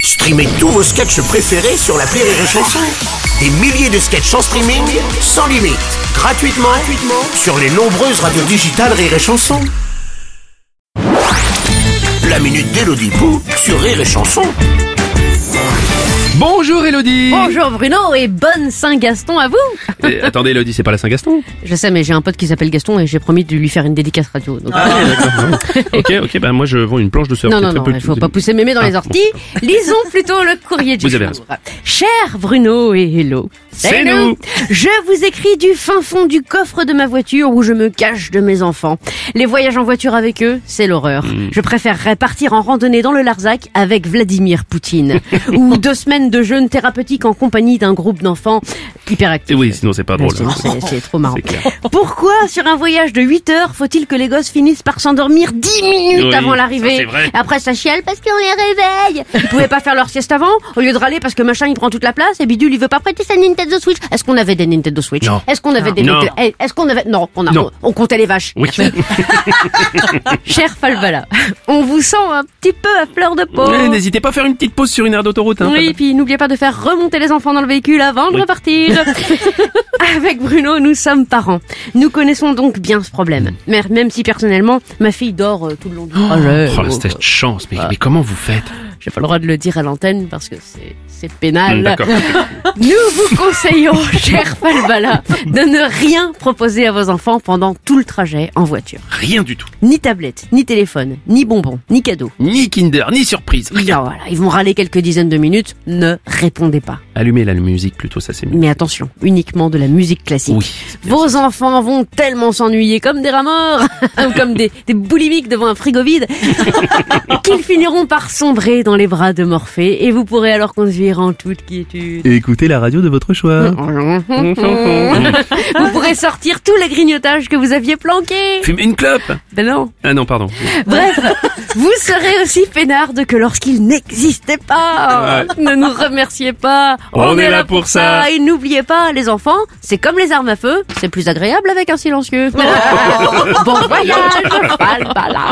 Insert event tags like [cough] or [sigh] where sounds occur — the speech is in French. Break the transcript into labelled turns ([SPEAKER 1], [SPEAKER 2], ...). [SPEAKER 1] Streamez tous vos sketchs préférés sur la Rire et Chanson. Des milliers de sketchs en streaming, sans limite, gratuitement, gratuitement sur les nombreuses radios digitales Rire et Chanson. La minute d'Elodie sur Rire et Chanson.
[SPEAKER 2] Bonjour Elodie
[SPEAKER 3] Bonjour Bruno et bonne Saint-Gaston à vous
[SPEAKER 2] Attendez Elodie, c'est pas la
[SPEAKER 3] [laughs]
[SPEAKER 2] Saint-Gaston
[SPEAKER 3] Je sais mais j'ai un pote qui s'appelle Gaston et j'ai promis de lui faire une dédicace radio. donc-
[SPEAKER 2] Ok, ok, ben moi je vends une planche de surf.
[SPEAKER 3] non,
[SPEAKER 2] c'est
[SPEAKER 3] non,
[SPEAKER 2] très
[SPEAKER 3] non,
[SPEAKER 2] peu
[SPEAKER 3] il faut
[SPEAKER 2] de-
[SPEAKER 3] pas pousser mémé dans les
[SPEAKER 2] Ah,
[SPEAKER 3] orties. [laughs] Lisons plutôt le courrier du
[SPEAKER 2] Vous avez
[SPEAKER 3] jour.
[SPEAKER 2] raison.
[SPEAKER 3] Cher Bruno et Hello.
[SPEAKER 2] C'est
[SPEAKER 3] Salut.
[SPEAKER 2] nous.
[SPEAKER 3] Je vous écris du fin fond du coffre de ma voiture où je me cache de mes enfants. Les voyages en voiture avec eux, c'est l'horreur.
[SPEAKER 2] Hmm.
[SPEAKER 3] Je préférerais partir en randonnée dans le Larzac avec
[SPEAKER 2] [laughs]
[SPEAKER 3] Vladimir Poutine. ou deux semaines de jeûne thérapeutique en compagnie d'un groupe d'enfants
[SPEAKER 2] Et
[SPEAKER 3] hyperactifs.
[SPEAKER 2] Eh oui, sinon c'est pas
[SPEAKER 3] Ouais,
[SPEAKER 2] drôle. hein.
[SPEAKER 3] c'est-
[SPEAKER 2] [laughs]
[SPEAKER 3] c'est- C'est trop marrant.
[SPEAKER 2] C'est clair.
[SPEAKER 3] Pourquoi, sur un voyage de 8 heures, faut-il que les gosses finissent par s'endormir 10 minutes
[SPEAKER 2] Oui,
[SPEAKER 3] avant
[SPEAKER 2] ça, c'est
[SPEAKER 3] l'arrivée
[SPEAKER 2] vrai.
[SPEAKER 3] Après, ça chiale parce qu'on les réveille. Ils pouvaient pas faire leur sieste avant, au lieu de râler parce que machin il prend toute la place et Bidule il veut pas prêter sa Nintendo Switch. Est-ce qu'on avait des Nintendo Switch
[SPEAKER 2] Non.
[SPEAKER 3] Est-ce qu'on avait des
[SPEAKER 2] Non.
[SPEAKER 3] Nintendo- Eh, Est-ce qu'on avait. Non, on, a-
[SPEAKER 2] Non.
[SPEAKER 3] on- on comptait les vaches.
[SPEAKER 2] Oui. [laughs]
[SPEAKER 3] Cher Falvala, on vous sent un petit peu à fleur de peau.
[SPEAKER 2] Ouais, Eh, N'hésitez pas à faire une petite pause sur une aire d'autoroute. Hein,
[SPEAKER 3] Oui, et puis n'oubliez pas de faire remonter les enfants dans le véhicule avant de
[SPEAKER 2] Oui.
[SPEAKER 3] [laughs] repartir. Avec Bruno, nous sommes parents. Nous connaissons donc bien ce problème. Mais même si personnellement, ma fille dort euh, ah. tout le long du projet.
[SPEAKER 2] Oh, la cette chance, mais, mais comment vous faites
[SPEAKER 3] oh. J'ai pas le droit de le dire à l'antenne parce que c'est- c'est pénal.
[SPEAKER 2] Hmm, Mm, D'accord.
[SPEAKER 3] Nous vous conseillons, [laughs] cher Falbala, de ne rien proposer à vos enfants pendant tout le trajet en voiture.
[SPEAKER 2] Rien du tout.
[SPEAKER 3] Ni tablette, ni téléphone, ni bonbon, ni cadeau.
[SPEAKER 2] Ni Kinder, ni surprise. Rien.
[SPEAKER 3] Alors voilà, ils vont râler quelques dizaines de minutes. Ne répondez pas.
[SPEAKER 2] Allumez la musique plutôt, ça c'est mieux.
[SPEAKER 3] Mais attention, uniquement de la musique classique.
[SPEAKER 2] Oui. c'est bien.
[SPEAKER 3] Vos enfants vont tellement s'ennuyer comme des rats morts, [laughs] ou comme des, des boulimiques devant un frigo vide, [laughs] qu'ils finiront par sombrer dans les bras de Morphée et vous pourrez alors conduire en toute
[SPEAKER 2] [laughs]
[SPEAKER 3] quiétude.
[SPEAKER 4] et écoutez la radio de votre
[SPEAKER 3] Mmh.
[SPEAKER 4] choix.
[SPEAKER 3] Vous pourrez sortir tous les grignotages que vous aviez planqués.
[SPEAKER 2] Fumez une clope
[SPEAKER 3] Ben non.
[SPEAKER 2] Ah non, pardon.
[SPEAKER 3] Bref, vous serez aussi peinarde que lorsqu'il n'existait pas. Ne nous remerciez pas.
[SPEAKER 2] On est là pour ça.
[SPEAKER 3] Et n'oubliez pas, les enfants, c'est comme les
[SPEAKER 2] [laughs]
[SPEAKER 3] armes à feu, c'est plus agréable avec un silencieux. bon voyage, Palpala.